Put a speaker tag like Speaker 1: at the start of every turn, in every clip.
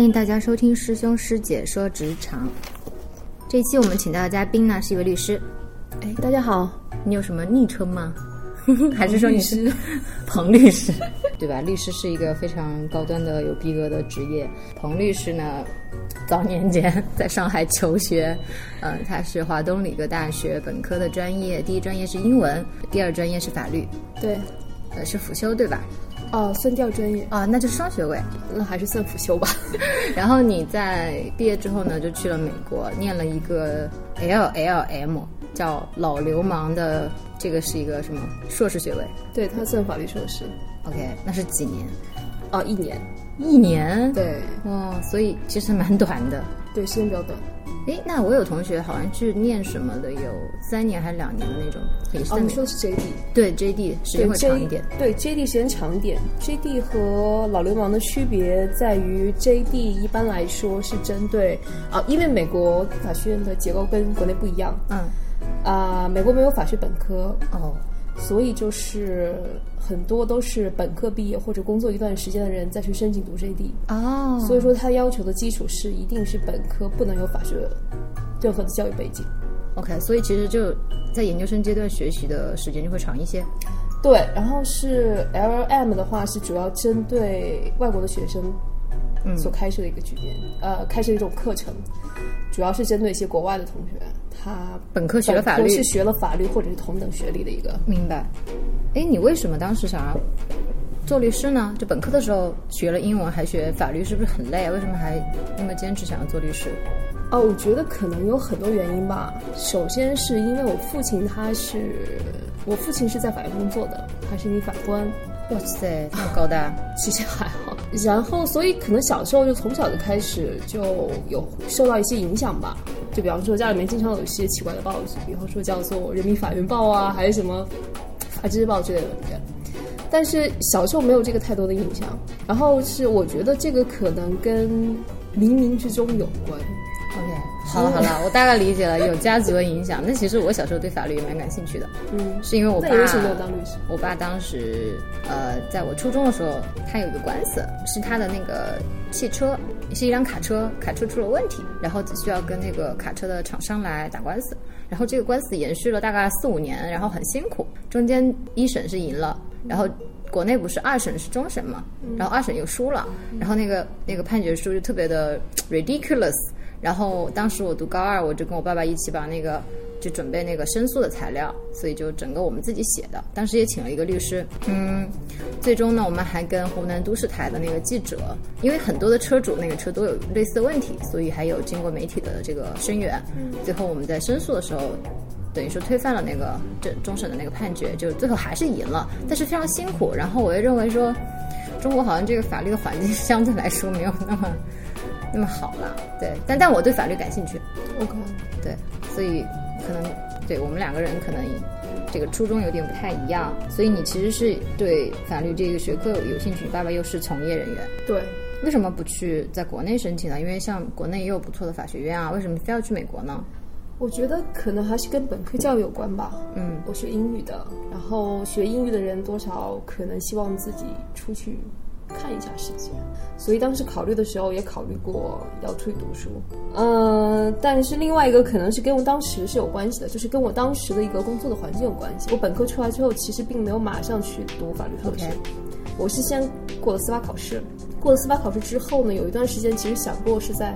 Speaker 1: 迎大家收听《师兄师姐说职场》。这一期我们请到的嘉宾呢是一位律师。哎，大家好，你有什么昵称吗？还是说你 是彭律师？对吧？律师是一个非常高端的、有逼格的职业。彭律师呢，早年间在上海求学，嗯、他是华东理科大学本科的专业，第一专业是英文，第二专业是法律，
Speaker 2: 对，
Speaker 1: 呃，是辅修对吧？
Speaker 2: 哦，算调专业，
Speaker 1: 啊，那就是双学位。
Speaker 2: 那还是算辅修吧。
Speaker 1: 然后你在毕业之后呢，就去了美国，念了一个 LLM，叫老流氓的，这个是一个什么硕士学位
Speaker 2: 对他算法律硕士，
Speaker 1: ？OK，那是几年？
Speaker 2: 哦，一年。
Speaker 1: 一年。
Speaker 2: 对
Speaker 1: 哇，所以其实蛮短的。
Speaker 2: 对，时间比较短。
Speaker 1: 诶，那我有同学好像去念什么的，有三年还是两年的那种，也是
Speaker 2: 哦，
Speaker 1: 在
Speaker 2: 你
Speaker 1: 美国。
Speaker 2: 说的是 JD，
Speaker 1: 对 JD 时间
Speaker 2: 对
Speaker 1: 会
Speaker 2: J
Speaker 1: 长一点。
Speaker 2: 对 JD 时间长一点。JD 和老流氓的区别在于，JD 一般来说是针对啊，因为美国法学院的结构跟国内不一样
Speaker 1: 嗯，
Speaker 2: 啊、美国没有法学本科，
Speaker 1: 哦，
Speaker 2: 所以就是很多都是本科毕业或者工作一段时间的人再去申请读 JD。
Speaker 1: 哦，
Speaker 2: 所以说，他要求的基础是一定是本科，不能有法学任何的教育背景。
Speaker 1: OK，所以其实就在研究生阶段学习的时间就会长一些。
Speaker 2: 对，然后是 LLM 的话是主要针对外国的学生，所开设的一个局面，呃，开设一种课程，主要是针对一些国外的同学，他
Speaker 1: 本科学了法律
Speaker 2: 本科是学了法律或者是同等学历的一个。
Speaker 1: 明白。哎，你为什么当时想要做律师呢？就本科的时候学了英文，还学法律，是不是很累？啊为什么还那么坚持想要做律师？
Speaker 2: 哦，我觉得可能有很多原因吧。首先是因为我父亲他是，我父亲是在法院工作的，他是一名法官，
Speaker 1: 哇塞，这么高大！
Speaker 2: 其实还好。然后，所以可能小时候就从小就开始就有受到一些影响吧。就比方说家里面经常有一些奇怪的报纸，比方说叫做《人民法院报》啊，还是什么《法制日报》之类的文章。但是小时候没有这个太多的印象。然后是我觉得这个可能跟冥冥之中有关。
Speaker 1: OK，好了好
Speaker 2: 嗯
Speaker 1: 了，我大概理解了，有家族的影响。那其实我小时候对法律也蛮感兴趣的，
Speaker 2: 嗯，
Speaker 1: 是因为我爸
Speaker 2: 那你为什么没有当律师？
Speaker 1: 我爸当时呃，在我初中的时候，他有一个官司，是他的那个汽车是一辆卡车，卡车出了问题，然后需要跟那个卡车的厂商来打官司，然后这个官司延续了大概四五年，然后很辛苦，中间一审是赢了，然后。国内不是二审是终审嘛，然后二审又输了，然后那个那个判决书就特别的 ridiculous，然后当时我读高二，我就跟我爸爸一起把那个就准备那个申诉的材料，所以就整个我们自己写的。当时也请了一个律师，嗯，最终呢，我们还跟湖南都市台的那个记者，因为很多的车主那个车都有类似的问题，所以还有经过媒体的这个声援。最后我们在申诉的时候。等于说推翻了那个这终审的那个判决，就是最后还是赢了，但是非常辛苦。然后我也认为说，中国好像这个法律的环境 相对来说没有那么那么好了，对。但但我对法律感兴趣，
Speaker 2: OK，
Speaker 1: 对，所以可能对我们两个人可能这个初衷有点不太一样，所以你其实是对法律这个学科有有兴趣，你爸爸又是从业人员，
Speaker 2: 对。
Speaker 1: 为什么不去在国内申请呢？因为像国内也有不错的法学院啊，为什么非要去美国呢？
Speaker 2: 我觉得可能还是跟本科教育有关吧。
Speaker 1: 嗯，
Speaker 2: 我学英语的，然后学英语的人多少可能希望自己出去看一下世界，所以当时考虑的时候也考虑过要出去读书。嗯、但是另外一个可能是跟我当时是有关系的，就是跟我当时的一个工作的环境有关系。我本科出来之后，其实并没有马上去读法律硕士
Speaker 1: OK
Speaker 2: 我是先过了司法考试，过了司法考试之后呢，有一段时间其实想过是在，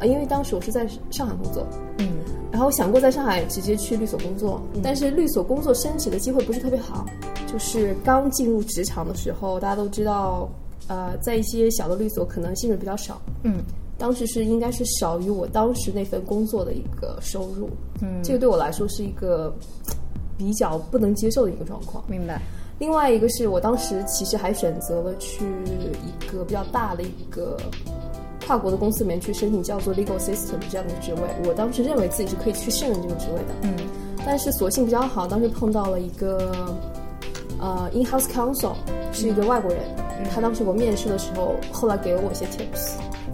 Speaker 2: 啊，因为当时我是在上海工作，
Speaker 1: 嗯，
Speaker 2: 然后想过在上海直接去律所工作，但是律所工作申请的机会不是特别好，就是刚进入职场的时候，大家都知道，呃，在一些小的律所可能薪水比较少，
Speaker 1: 嗯，
Speaker 2: 当时是应该是少于我当时那份工作的一个收入，嗯，这个对我来说是一个比较不能接受的一个状况。
Speaker 1: 明白。
Speaker 2: 另外一个是我当时其实还选择了去一个比较大的一个跨国的公司里面去申请叫做 legal assistant 这样的职位。我当时认为自己是可以去胜任这个职位的，嗯，但是所幸比较好，当时碰到了一个呃 in-house counsel 是一个外国人，他当时我面试的时候，后来给了我一些 tips。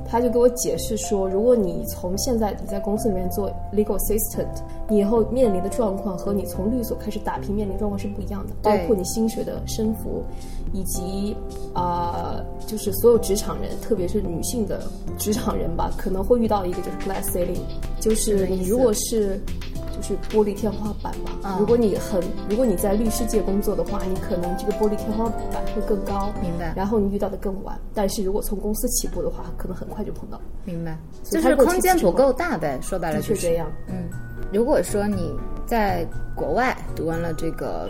Speaker 2: 他就给我解释说，如果你从现在你在公司里面做 legal assistant，你以后面临的状况和你从律所开始打拼面临的状况是不一样的，包
Speaker 1: 对
Speaker 2: 括你薪水的升幅，以及啊、呃就是所有职场人，特别是女性的职场人吧，可能会遇到一个就是 glass ceiling，就是你如果是就是玻璃天花板吧。
Speaker 1: 啊
Speaker 2: 如果你很如果你在律师界工作的话，你可能这个玻璃天花板会更高，
Speaker 1: 明白
Speaker 2: 然后你遇到的更晚，但是如果从公司起步的话，可能很快就碰到，
Speaker 1: 明白，就
Speaker 2: 所以它
Speaker 1: 是
Speaker 2: 过去
Speaker 1: 空间
Speaker 2: 其实
Speaker 1: 不够大呗。说白了
Speaker 2: 的
Speaker 1: 就
Speaker 2: 确
Speaker 1: 是
Speaker 2: 这样。
Speaker 1: 嗯，如果说你在国外读完了这个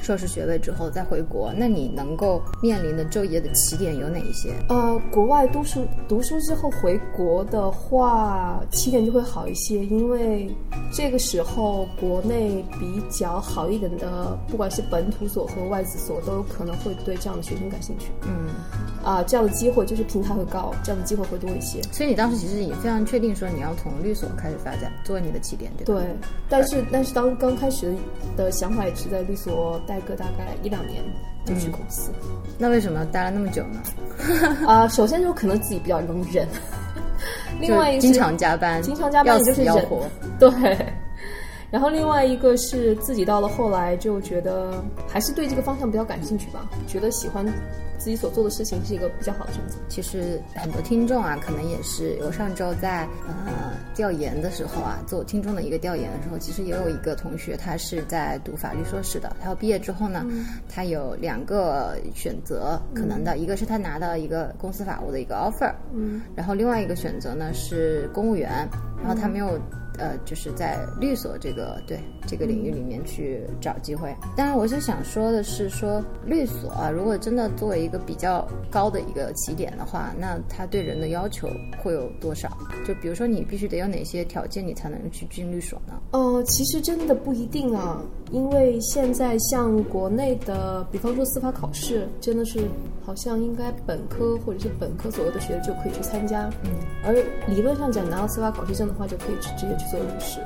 Speaker 1: 硕士学位之后再回国，那你能够面临的就业的起点有哪一些？
Speaker 2: 呃，国外读书读书之后回国的话，起点就会好一些，因为这个时候国内比较好一点的，不管是本土所和外资所，都有可能会对这样的学生感兴趣。
Speaker 1: 嗯，
Speaker 2: 啊、这样的机会就是平台会高，这样的机会会多一些。
Speaker 1: 所以你当时其实也非常确定说你要从律所开始发展，作为你的起点，对吧？
Speaker 2: 对，但是但是当刚开始的想法也是在律所待个大概一两年就去公 司
Speaker 1: 那为什么待了那么久呢？
Speaker 2: 啊、首先就是可能自己比较能 忍，另外
Speaker 1: 就
Speaker 2: 一个
Speaker 1: 经
Speaker 2: 是
Speaker 1: 常加班，
Speaker 2: 经常加班
Speaker 1: 要
Speaker 2: 你就
Speaker 1: 死
Speaker 2: 是
Speaker 1: 要
Speaker 2: 忍
Speaker 1: 活。
Speaker 2: 对，然后另外一个是自己到了后来就觉得还是对这个方向比较感兴趣吧，觉得喜欢自己所做的事情是一个比较好的选择。
Speaker 1: 其实很多听众啊，可能也是我上周在呃调研的时候啊，做听众的一个调研的时候，其实也有一个同学，他是在读法律硕士的，然后毕业之后呢，他有两个选择可能的，一个是他拿到一个公司法务的一个 offer，
Speaker 2: 嗯，
Speaker 1: 然后另外一个选择呢是公务员，然后他没有。呃，就是在律所这个对这个领域里面去找机会。当然，我是想说的是说，律所啊，如果真的作为一个比较高的一个起点的话，那它对人的要求会有多少？就比如说，你必须得有哪些条件，你才能去进律所呢？
Speaker 2: 呃，其实真的不一定啊，因为现在像国内的，比方说司法考试，真的是好像应该本科或者是本科左右的学生就可以去参加，嗯，而理论上讲，拿到司法考试证的话，就可以直直接去做律师。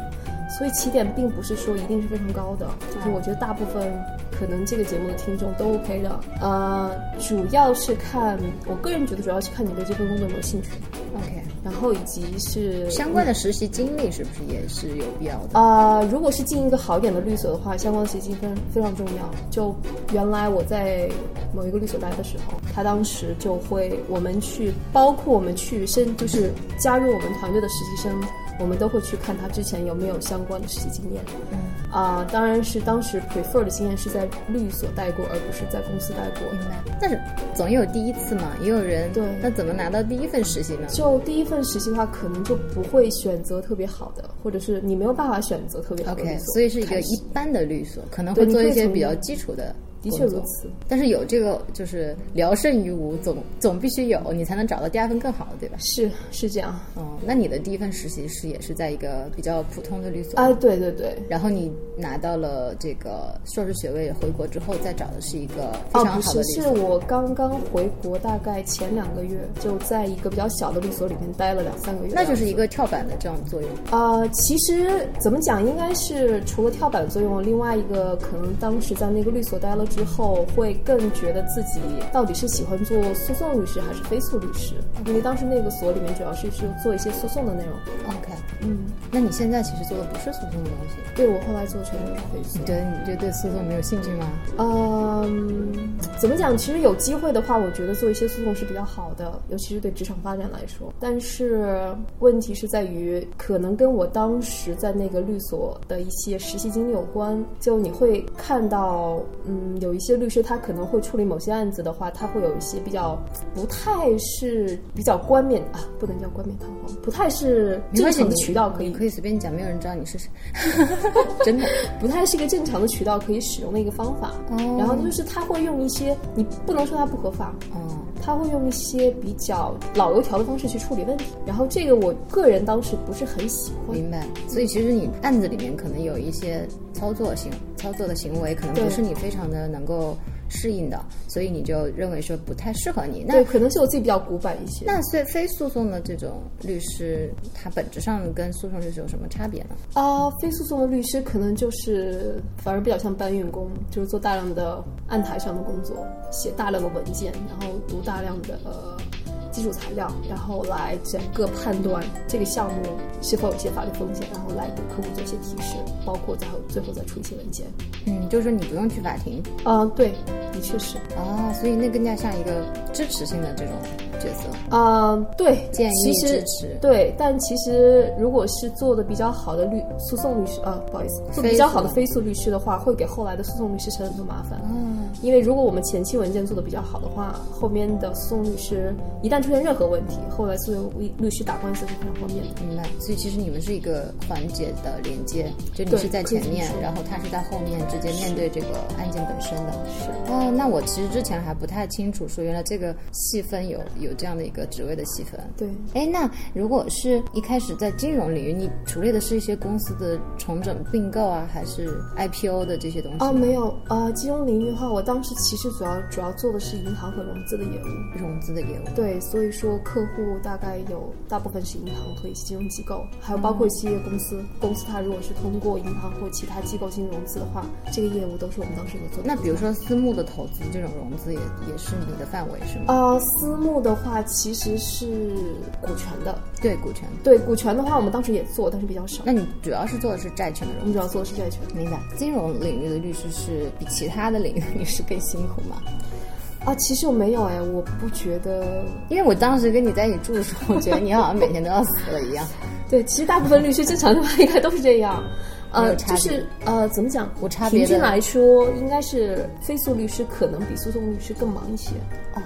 Speaker 2: 所以起点并不是说一定是非常高的，就是我觉得大部分可能这个节目的听众都 OK 的，呃，主要是看我个人觉得主要是看你对这份工作有没有兴趣，
Speaker 1: OK，
Speaker 2: 然后以及是
Speaker 1: 相关的实习经历是不是也是有必要的？
Speaker 2: 啊，如果是进一个好一点的律所的话，相关的学经非非常重要。就原来我在某一个律所待的时候，他当时就会我们去，包括我们去申，就是加入我们团队的实习生，我们都会去看他之前有没有相关的实习经验。
Speaker 1: 嗯
Speaker 2: 啊、当然是当时 prefer 的经验是在律所待过，而不是在公司待过。
Speaker 1: 嗯明白。但是总有第一次嘛，也有人
Speaker 2: 对
Speaker 1: 那怎么拿到第一份实习呢？
Speaker 2: 就第一份实习的话，可能就不会选择特别好的，或者是你没有办法选择特别好的
Speaker 1: OK，
Speaker 2: 律所。
Speaker 1: 所以是一个
Speaker 2: 开始
Speaker 1: 一般的律所，可能
Speaker 2: 对
Speaker 1: 会
Speaker 2: 你
Speaker 1: 做
Speaker 2: 可以
Speaker 1: 一些
Speaker 2: 从
Speaker 1: 比较基础的
Speaker 2: 的
Speaker 1: 工
Speaker 2: 确
Speaker 1: 作。
Speaker 2: 如此
Speaker 1: 但是有这个就是聊胜于无，总总必须有，你才能找到第二份更好的，对吧？
Speaker 2: 是是这样。
Speaker 1: 哦，那你的第一份实习是也是在一个比较普通的律所，
Speaker 2: 哎，对对对，
Speaker 1: 然后你拿到了这个硕士学位，回国之后再找的是一个非
Speaker 2: 哦，
Speaker 1: 常
Speaker 2: 不
Speaker 1: 好的
Speaker 2: 是，
Speaker 1: 律
Speaker 2: 是
Speaker 1: 所。
Speaker 2: 我刚刚回国，大概前两个月就在一个比较小的律所里面待了两三个月，
Speaker 1: 那就是一个跳板的这样作用，
Speaker 2: 呃，其实怎么讲，应该是除了跳板的作用，另外一个可能当时在那个律所待了之后，会更觉得自己到底是喜欢做诉讼律师还是非诉律师，因为当时那个所里面主要是是做一些诉讼的内容。
Speaker 1: OK。
Speaker 2: 嗯，
Speaker 1: 那你现在其实做的不是诉讼的东西，
Speaker 2: 对我后来做全都是非诉
Speaker 1: 你。觉得你就对诉讼没有兴趣吗？
Speaker 2: 嗯，怎么讲？其实有机会的话，我觉得做一些诉讼是比较好的，尤其是对职场发展来说。但是问题是在于，可能跟我当时在那个律所的一些实习经历有关。就你会看到，嗯，有一些律师他可能会处理某些案子的话，他会有一些比较不太是比较冠冕啊，不能叫冠冕堂皇，不太是
Speaker 1: 没
Speaker 2: 正
Speaker 1: 关系
Speaker 2: 常的
Speaker 1: 你
Speaker 2: 渠道可以
Speaker 1: 你可以随便讲，没有人知道你是谁，真的。
Speaker 2: 不太是一个正常的渠道可以使用的一个方法。
Speaker 1: 哦
Speaker 2: 然后就是他会用一些，你不能说他不合法，
Speaker 1: 哦，
Speaker 2: 他会用一些比较老油条的方式去处理问题。然后这个我个人当时不是很喜欢。
Speaker 1: 明白。所以其实你案子里面可能有一些操作行操作的行为，可能
Speaker 2: 对
Speaker 1: 不是你非常的能够适应的，所以你就认为说不太适合你。那
Speaker 2: 对，可能是我自己比较古板一些。
Speaker 1: 那所以非诉讼的这种律师，他本质上跟诉讼律师有什么差别呢？
Speaker 2: 啊、非诉讼的律师可能就是反而比较像搬运工，就是做大量的案台上的工作，写大量的文件，然后读大量的、呃、基础材料，然后来整个判断这个项目是否有一些法律风险，然后来给客户做一些提示，包括最后最后再出一些文件。
Speaker 1: 嗯，就是说你不用去法庭
Speaker 2: 啊、对，的确是。
Speaker 1: 哦，所以那更加像一个支持性的这种角色。
Speaker 2: 嗯，对，
Speaker 1: 建议
Speaker 2: 其实
Speaker 1: 支持
Speaker 2: 对，但其实如果是做的比较好的律诉讼律师啊，不好意思，做得比较好的非诉律师的话，会给后来的诉讼律师省很多麻烦。
Speaker 1: 嗯，
Speaker 2: 因为如果我们前期文件做的比较好的话，后面的诉讼律师一旦出现任何问题，后来诉讼律律师打官司是非常方便的。
Speaker 1: 明白。所以其实你们是一个环节的连接，就你
Speaker 2: 对
Speaker 1: 是在
Speaker 2: 可以
Speaker 1: 前
Speaker 2: 这么
Speaker 1: 面，
Speaker 2: 说
Speaker 1: 然后他是在后面直接面对这个案件本身的。
Speaker 2: 是
Speaker 1: 哦，那我其实之前还不太清楚，说原来这个细分有有这样的一个职位的细分。
Speaker 2: 对，
Speaker 1: 哎，那如果是一开始在金融领域，你处理的是一些公司的重整并购啊，还是 IPO 的这些东西？
Speaker 2: 哦，没有，呃，金融领域的话，我当时其实主要主要做的是银行和融资的业务。
Speaker 1: 融资的业务。
Speaker 2: 对，所以说客户大概有大部分是银行和一些金融机构，还有包括企业公司。公司它如果是通过银行或其他机构进行融资的话，这个业务都是我们当时有做的。
Speaker 1: 那比如说私募的投资这种融资也也是你的范围是吗？
Speaker 2: 呃，私募的话其实是股权的，
Speaker 1: 对，股权。
Speaker 2: 对股权的话，我们当时也做，但是比较少。
Speaker 1: 那你主要是做的是债权的融
Speaker 2: 我们
Speaker 1: 资。
Speaker 2: 主要做的是债权
Speaker 1: 明白。金融领域的律师是比其他的领域律师更辛苦吗？
Speaker 2: 啊，其实我没有哎，我不觉得。
Speaker 1: 因为我当时跟你在一起住的时候，我觉得你好像每天都要死了一样。
Speaker 2: 对，其实大部分律师正常的话应该都是这样。
Speaker 1: 没
Speaker 2: 呃，
Speaker 1: 有差
Speaker 2: 就
Speaker 1: 别
Speaker 2: 是呃，怎么讲？
Speaker 1: 有差别
Speaker 2: 平
Speaker 1: 的
Speaker 2: 均来说，应该是非诉律师可能比诉讼律师更忙一些。
Speaker 1: 哦，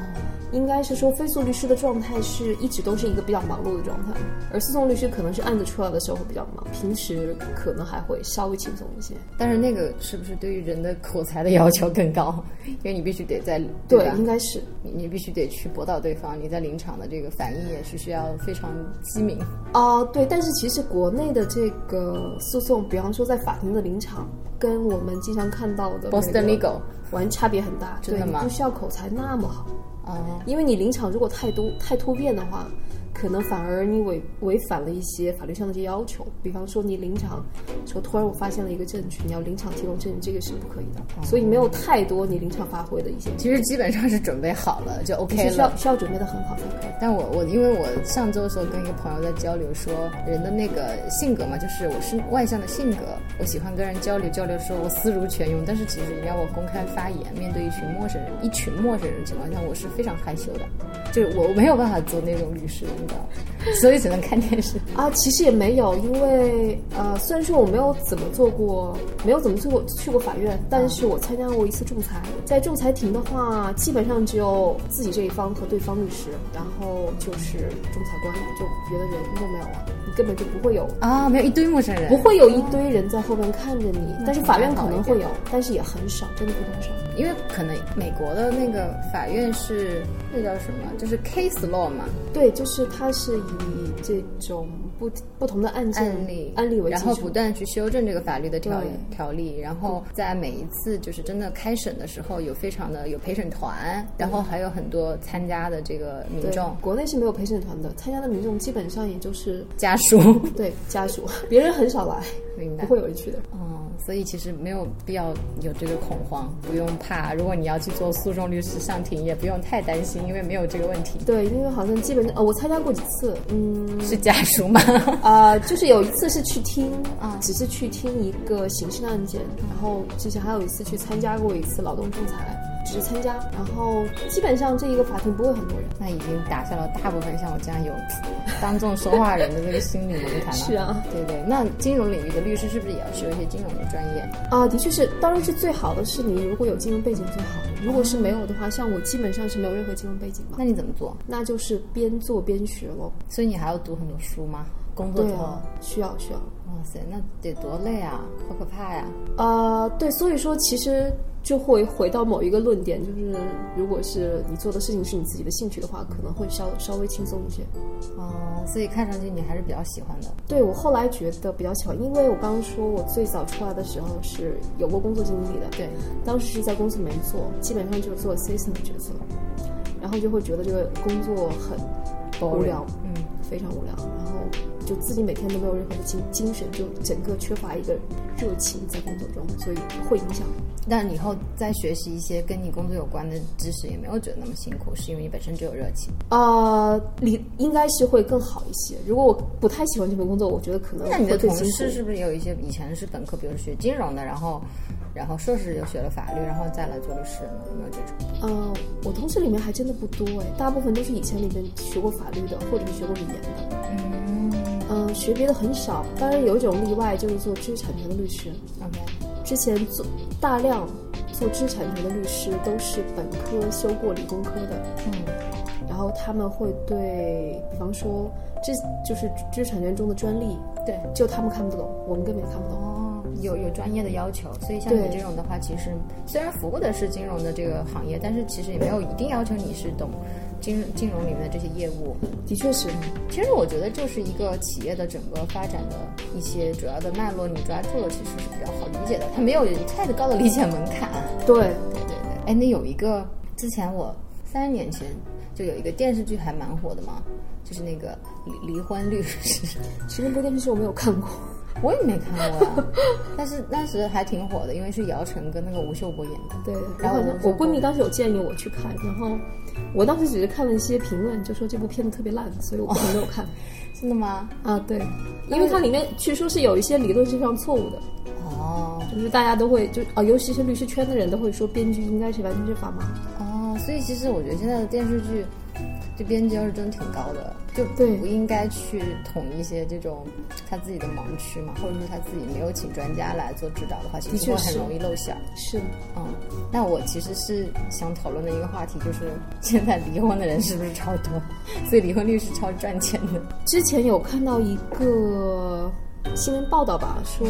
Speaker 2: 应该是说非诉律师的状态是一直都是一个比较忙碌的状态，而诉讼律师可能是案子出来的时候会比较忙，平时可能还会稍微轻松一些。
Speaker 1: 但是那个是不是对于人的口才的要求更高？因为你必须得在
Speaker 2: 嗯对，
Speaker 1: 吧
Speaker 2: 应该是
Speaker 1: 你你必须得去驳倒对方，你在临场的这个反应也是需要非常机敏。
Speaker 2: 啊、对。但是其实国内的这个诉讼，比方说在法庭的临场，跟我们经常看到的
Speaker 1: Boston
Speaker 2: 美国
Speaker 1: Legal
Speaker 2: 完差别很大，
Speaker 1: 真的
Speaker 2: 对你
Speaker 1: 吗
Speaker 2: 不需要口才那么好，
Speaker 1: 哦，
Speaker 2: 因为你临场如果太多太突变的话，可能反而你违违反了一些法律上的一些要求。比方说，你临场说突然我发现了一个证据，你要临场提供证据，这个是不可以
Speaker 1: 哦
Speaker 2: 的。所以没有太多你临场发挥的一些，
Speaker 1: 其实基本上是准备好了就
Speaker 2: 你
Speaker 1: OK
Speaker 2: 是需
Speaker 1: 了
Speaker 2: 要。需要准备的很好才可以。
Speaker 1: 但我我因为我上周的时候跟一个朋友在交流说，人的那个性格嘛，就是我是外向的性格，我喜欢跟人交流交流的时候，我思如泉涌。但是其实你让我公开发言，面对一群陌生人，一群陌生人的情况下，我是非常害羞的，就是我没有办法做那种律师，你知道吗？ 所以只能看电视。
Speaker 2: 啊，其实也没有，因为呃，虽然说我没有怎么做过，没有怎么做过去过法院，但是我参加过一次仲裁。在仲裁庭的话，基本上只有自己这一方和对方律师，然后就是仲裁官，就别的人都没有了，你根本就不会有，
Speaker 1: 啊，没有一堆陌生人，
Speaker 2: 不会有一堆人在后面看着你。但是法院
Speaker 1: 还
Speaker 2: 可
Speaker 1: 好
Speaker 2: 能
Speaker 1: 一
Speaker 2: 会
Speaker 1: 点
Speaker 2: 有，但是也很少，真的非常少。
Speaker 1: 因为可能美国的那个法院是那叫什么，就是 case law 嘛，
Speaker 2: 对，就是它是以这种不不同的案件
Speaker 1: 案例
Speaker 2: 案例为基
Speaker 1: 然
Speaker 2: 础，
Speaker 1: 后不断去修正这个法律的条
Speaker 2: 对
Speaker 1: 条例，然后在每一次就是真的开审的时候，有非常的有陪审团，然后还有很多参加的这个民
Speaker 2: 对
Speaker 1: 众，
Speaker 2: 国内是没有陪审团的，参加的民众基本上也就是
Speaker 1: 家属，
Speaker 2: 对家属， 别人很少来，
Speaker 1: 明白
Speaker 2: 不？会有人去的。
Speaker 1: 嗯，所以其实没有必要有这个恐慌，不用怕。如果你要去做诉讼律师上庭，也不用太担心，因为没有这个问题。
Speaker 2: 对，因为好像基本上，呃，我参加过几次，嗯，
Speaker 1: 是家属吗？
Speaker 2: 啊、就是有一次是去听
Speaker 1: 啊
Speaker 2: 只是去听一个刑事的案件，然后之前还有一次去参加过一次劳动仲裁，只是参加，然后基本上这一个法庭不会很多人。
Speaker 1: 那已经打消了大部分像我这样有 当众说话人的这个心理门槛了。
Speaker 2: 是啊，
Speaker 1: 对对。那金融领域的律师是不是也要修一些金融的专业？
Speaker 2: 啊，的确是，当然是最好的是你如果有金融背景最好，如果是没有的话，像我基本上是没有任何金融背景嘛，
Speaker 1: 那你怎么做？
Speaker 2: 那就是边做边学咯。
Speaker 1: 所以你还要读很多书吗？工作之
Speaker 2: 对
Speaker 1: 后？
Speaker 2: 啊，需要需要。
Speaker 1: 哇塞，那得多累啊，好可怕呀、
Speaker 2: 呃，对，所以说其实就会回到某一个论点，就是如果是你做的事情是你自己的兴趣的话，可能会稍稍微轻松一些。
Speaker 1: 哦，所以看上去你还是比较喜欢的。
Speaker 2: 对我后来觉得比较巧，因为我刚刚说我最早出来的时候是有过工作经历的，
Speaker 1: 对，
Speaker 2: 当时是在公司里面做，基本上就是做 assistant 的角色，然后就会觉得这个工作很无聊，
Speaker 1: 嗯，
Speaker 2: 非常无聊，然后就自己每天都没有任何的精精神，就整个缺乏一个热情在工作中，所以会影响。
Speaker 1: 但你以后再学习一些跟你工作有关的知识，也没有觉得那么辛苦，是因为你本身就有热情。
Speaker 2: 呃，理应该是会更好一些。如果我不太喜欢这份工作，我觉得可能
Speaker 1: 那你的
Speaker 2: 嗯会更
Speaker 1: 同
Speaker 2: 辛苦
Speaker 1: 事是不是也有一些以前是本科，比如学金融的，然后然后硕士又学了法律，然后再来做律师呢？有没有这种？
Speaker 2: 呃，我同事里面还真的不多哎，大部分都是以前里面学过法律的，或者是学过语言的。
Speaker 1: 嗯
Speaker 2: 嗯，学别的很少。当然有一种例外，就是做知识产权的律师。
Speaker 1: ，OK，
Speaker 2: 之前做大量做知识产权的律师都是本科修过理工科的，
Speaker 1: 嗯
Speaker 2: 然后他们会对，比方说知就是知识产权中的专利，
Speaker 1: 对。
Speaker 2: 就他们看不懂，我们根本也看不懂。
Speaker 1: 哦，有有专业的要求，所以像你
Speaker 2: 对
Speaker 1: 这种的话，其实虽然服务的是金融的这个行业，但是其实也没有一定要求你是懂金金融里面的这些业务。
Speaker 2: 的确是，
Speaker 1: 其实我觉得就是一个企业的整个发展的一些主要的脉络，你抓住了，其实是比较好理解的，它没有太高的理解门槛。
Speaker 2: 对，
Speaker 1: 对对对，哎，那有一个之前我三年前就有一个电视剧还蛮火的嘛，就是那个离离婚律 师。
Speaker 2: 其实那部电视剧我没有看过。
Speaker 1: 我也没看过呀、但是当时还挺火的，因为是姚晨跟那个吴秀波演的。
Speaker 2: 对，
Speaker 1: 然
Speaker 2: 然
Speaker 1: 后
Speaker 2: 后
Speaker 1: 我
Speaker 2: 我闺蜜当时有建议我去看，然后我当时只是看了一些评论，就说这部片子特别烂，所以我没有 看。
Speaker 1: 真的吗？
Speaker 2: 啊，对，因为它里面据说是有一些理论是非常错误的，
Speaker 1: 哦
Speaker 2: 就是大家都会就啊、尤其是律师圈的人都会说编剧应该是完全是法盲。
Speaker 1: 哦，所以其实我觉得现在的电视剧这编辑要是真挺高的，就
Speaker 2: 对
Speaker 1: 不应该去捅一些这种他自己的盲区嘛，或者说他自己没有请专家来做指导的话，其
Speaker 2: 的
Speaker 1: 实
Speaker 2: 确
Speaker 1: 会很
Speaker 2: 是
Speaker 1: 容易露馅儿。
Speaker 2: 是，
Speaker 1: 嗯，那我其实是想讨论的一个话题就是，现在离婚的人是不是超多？所以离婚率是超赚钱的。
Speaker 2: 之前有看到一个新闻报道吧，说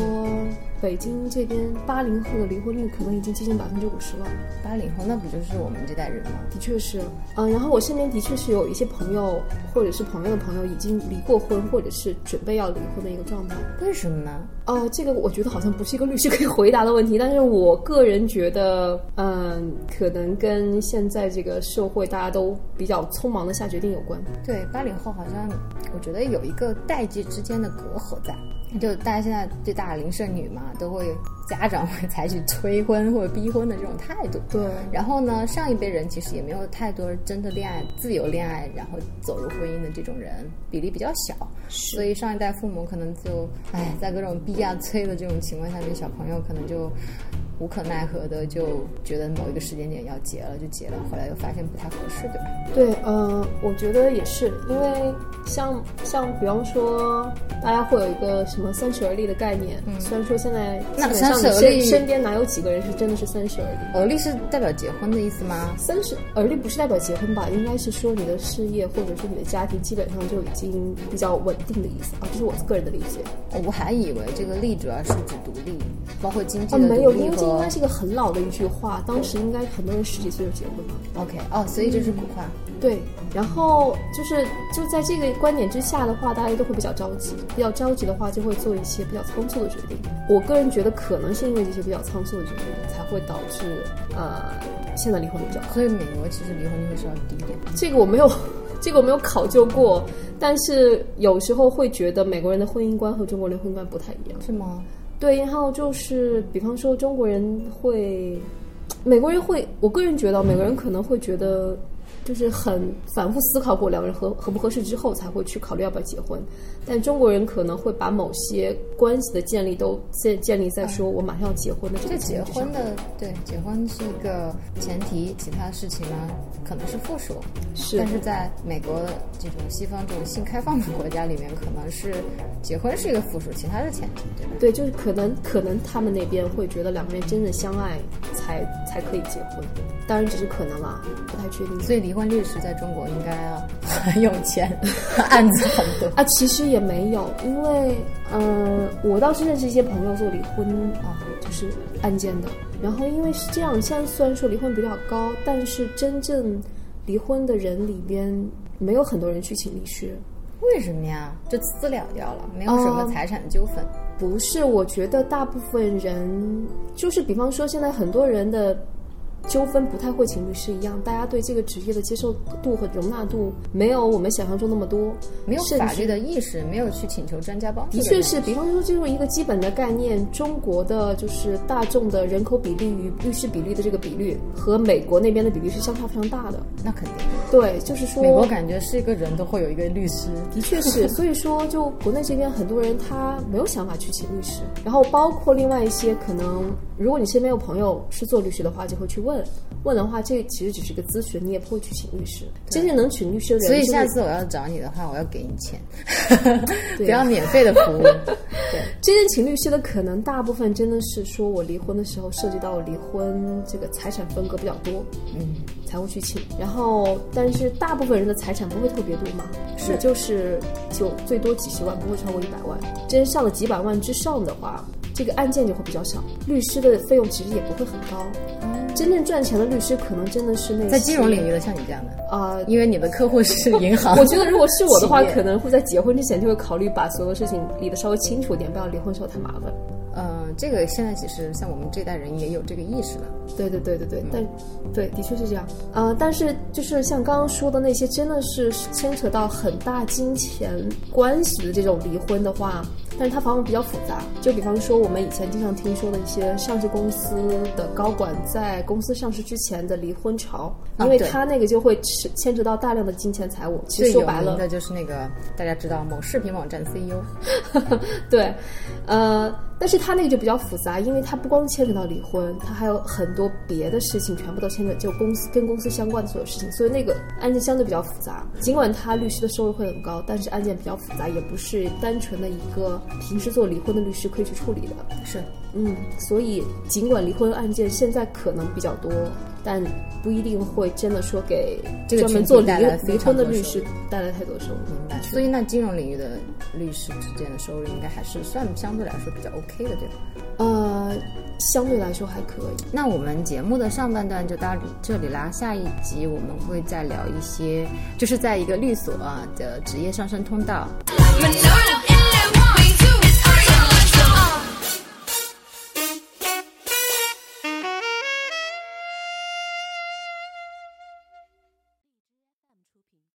Speaker 2: 北京这边八零后的离婚率可能已经接近百分之五十了。
Speaker 1: 八零后那不就是我们这代人吗？
Speaker 2: 的确是，嗯，然后我身边的确是有一些朋友，或者是朋友的朋友已经离过婚，或者是准备要离婚的一个状态。
Speaker 1: 为什么呢？
Speaker 2: 哦、这个我觉得好像不是一个律师可以回答的问题，但是我个人觉得，嗯，可能跟现在这个社会大家都比较匆忙的下决定有关。
Speaker 1: 对，八零后好像我觉得有一个代际之间的隔阂在，就大家现在对大龄剩女嘛，都会家长会采取催婚或者逼婚的这种态度。
Speaker 2: 对
Speaker 1: 然后呢，上一辈人其实也没有太多真的恋爱、自由恋爱，然后走入婚姻的这种人比例比较小，
Speaker 2: 是
Speaker 1: 所以上一代父母可能就，哎，在各种逼啊催的这种情况下面，小朋友可能就无可奈何的就觉得某一个时间点要结了，就结了，后来又发现不太合适，对吧？
Speaker 2: 对，呃，我觉得也是，因为像像比方说，大家会有一个什么三十而立的概念，虽然说现在基
Speaker 1: 嗯那
Speaker 2: 本上
Speaker 1: 三十
Speaker 2: 你
Speaker 1: 而立
Speaker 2: 身身边哪有几个人是真的是三十而立？
Speaker 1: 而立是呃代表结婚的意思吗？
Speaker 2: 三十而立不是代表结婚吧？应该是说你的事业或者是你的家庭基本上就已经比较稳定的意思啊，这是我个人的理解。
Speaker 1: 哦我还以为这个立主要是指独立，包括经济
Speaker 2: 哦，
Speaker 1: 的
Speaker 2: 没
Speaker 1: 独
Speaker 2: 有，因
Speaker 1: 立
Speaker 2: 为这应
Speaker 1: 和
Speaker 2: 该。是一个很老的一句话，当时应该很多人十几岁就结婚了。
Speaker 1: OK，哦，所以这是古话。
Speaker 2: 对，然后就是就在这个观点之下的话，大家都会比较着急，比较着急的话就会做一些比较仓促的决定。我个人觉得，可能是因为这些比较仓促的决定，才会导致呃现在离婚率比较高。
Speaker 1: 所以美国其实离婚率会稍微低一点。
Speaker 2: 这个我没有， 这个我没有考究过，但是有时候会觉得美国人的婚姻观和中国人的婚姻观不太一样。
Speaker 1: 是吗？
Speaker 2: 对，然后就是比方说中国人会，美国人会，我个人觉得美国人可能会觉得。就是很反复思考过两个人合合不合适之后，才会去考虑要不要结婚。但中国人可能会把某些关系的建立都建建立在说我马上要结婚的这
Speaker 1: 这
Speaker 2: 个
Speaker 1: 结
Speaker 2: 前提上
Speaker 1: 婚的对，结婚是一个前提，其他事情呢可能是附属。
Speaker 2: 是
Speaker 1: 但是在美国这种西方这种性开放的国家里面，可能是结婚是一个附属，其他是前提，对吧？
Speaker 2: 对，就是可能可能他们那边会觉得两个人真的相爱才才可以结婚，当然只是可能啦，不太确定。
Speaker 1: 所以离婚律师在中国应该啊很有钱， 案子很多。
Speaker 2: 啊，其实也没有，因为呃，我倒是认识一些朋友做离婚啊，就是案件的。然后因为是这样，现在虽然说离婚比较高，但是真正离婚的人里边没有很多人去请律师。
Speaker 1: 为什么呀？就私了掉了，没有什么
Speaker 2: 哦
Speaker 1: 财产纠纷。
Speaker 2: 不是，我觉得大部分人就是，比方说现在很多人的纠纷不太会请律师一样，大家对这个职业的接受度和容纳度没有我们想象中那么多，
Speaker 1: 没有
Speaker 2: 甚
Speaker 1: 法
Speaker 2: 至
Speaker 1: 律的意识，没有去请求专家帮助
Speaker 2: 的
Speaker 1: 的
Speaker 2: 确
Speaker 1: 人
Speaker 2: 是，比方说这种一个基本的概念，中国的就是大众的人口比例与律师比例的这个比率和美国那边的比例是相差非常大的。
Speaker 1: 那肯定。
Speaker 2: 对，就是说
Speaker 1: 美国感觉是一个人都会有一个律师，
Speaker 2: 的确是，所以说就国内这边很多人他没有想法去请律师，然后包括另外一些可能，如果你身边有朋友是做律师的话，就会去问，问的话这其实只是个咨询，你也不会去请律师。真正能请律师的人，
Speaker 1: 所以
Speaker 2: 就是
Speaker 1: 下次我要找你的话，我要给你 钱，不
Speaker 2: 对
Speaker 1: 要免费的 服务。
Speaker 2: 真正请律师的可能大部分真的是说我离婚的时候涉及到离婚这个财产分割比较多，
Speaker 1: 嗯，
Speaker 2: 才会去请。然后，但是大部分人的财产不会特别多嘛，
Speaker 1: 是
Speaker 2: 也就是就最多几十万，不会超过一百万。真上了几百万之上的话，这个案件就会比较少，律师的费用其实也不会很高。真正赚钱的律师可能真的是那些
Speaker 1: 哦在金融领域的像你这样的，
Speaker 2: 啊。
Speaker 1: 因为你的客户是银行，
Speaker 2: 我觉得如果是我的话，
Speaker 1: 企业
Speaker 2: 可能会在结婚之前就会考虑把所有事情理得稍微清楚一点，不要离婚时候太麻烦。
Speaker 1: 呃，这个现在其实像我们这代人也有这个意识了。
Speaker 2: 对对对对对，
Speaker 1: 嗯
Speaker 2: 但对，的确是这样。呃，但是就是像刚刚说的那些，真的是牵扯到很大金钱关系的这种离婚的话，但是它反而比较复杂。就比方说我们以前经常听说的一些上市公司的高管在公司上市之前的离婚潮，
Speaker 1: 啊
Speaker 2: 因为
Speaker 1: 对
Speaker 2: 它那个就会牵牵扯到大量的金钱财物。其实
Speaker 1: 最
Speaker 2: 说
Speaker 1: 有
Speaker 2: 白
Speaker 1: 名
Speaker 2: 了，
Speaker 1: 的就是那个大家知道某视频网站 E CEO，
Speaker 2: 对，呃，但是他那个就比较复杂，因为他不光牵扯到离婚，他还有很多别的事情，全部都牵扯就公司跟公司相关的所有事情，所以那个案件相对比较复杂。尽管他律师的收入会很高，但是案件比较复杂，也不是单纯的一个平时做离婚的律师可以去处理的。
Speaker 1: 是
Speaker 2: 嗯，所以尽管离婚案件现在可能比较多，但不一定会真的说给
Speaker 1: 这个
Speaker 2: 专门
Speaker 1: 群体
Speaker 2: 做离
Speaker 1: 带来非
Speaker 2: 离
Speaker 1: 常
Speaker 2: 婚的
Speaker 1: 多
Speaker 2: 律
Speaker 1: 收
Speaker 2: 师带来太多收入。
Speaker 1: 明白。所以那金融领域的律师之间的收入应该还是算相对来说比较 OK 的，对吧？
Speaker 2: 呃，相对来说还可以。
Speaker 1: 那我们节目的上半段就到这里啦，下一集我们会再聊一些，就是在一个律所啊的职业上升通道。
Speaker 3: Manolo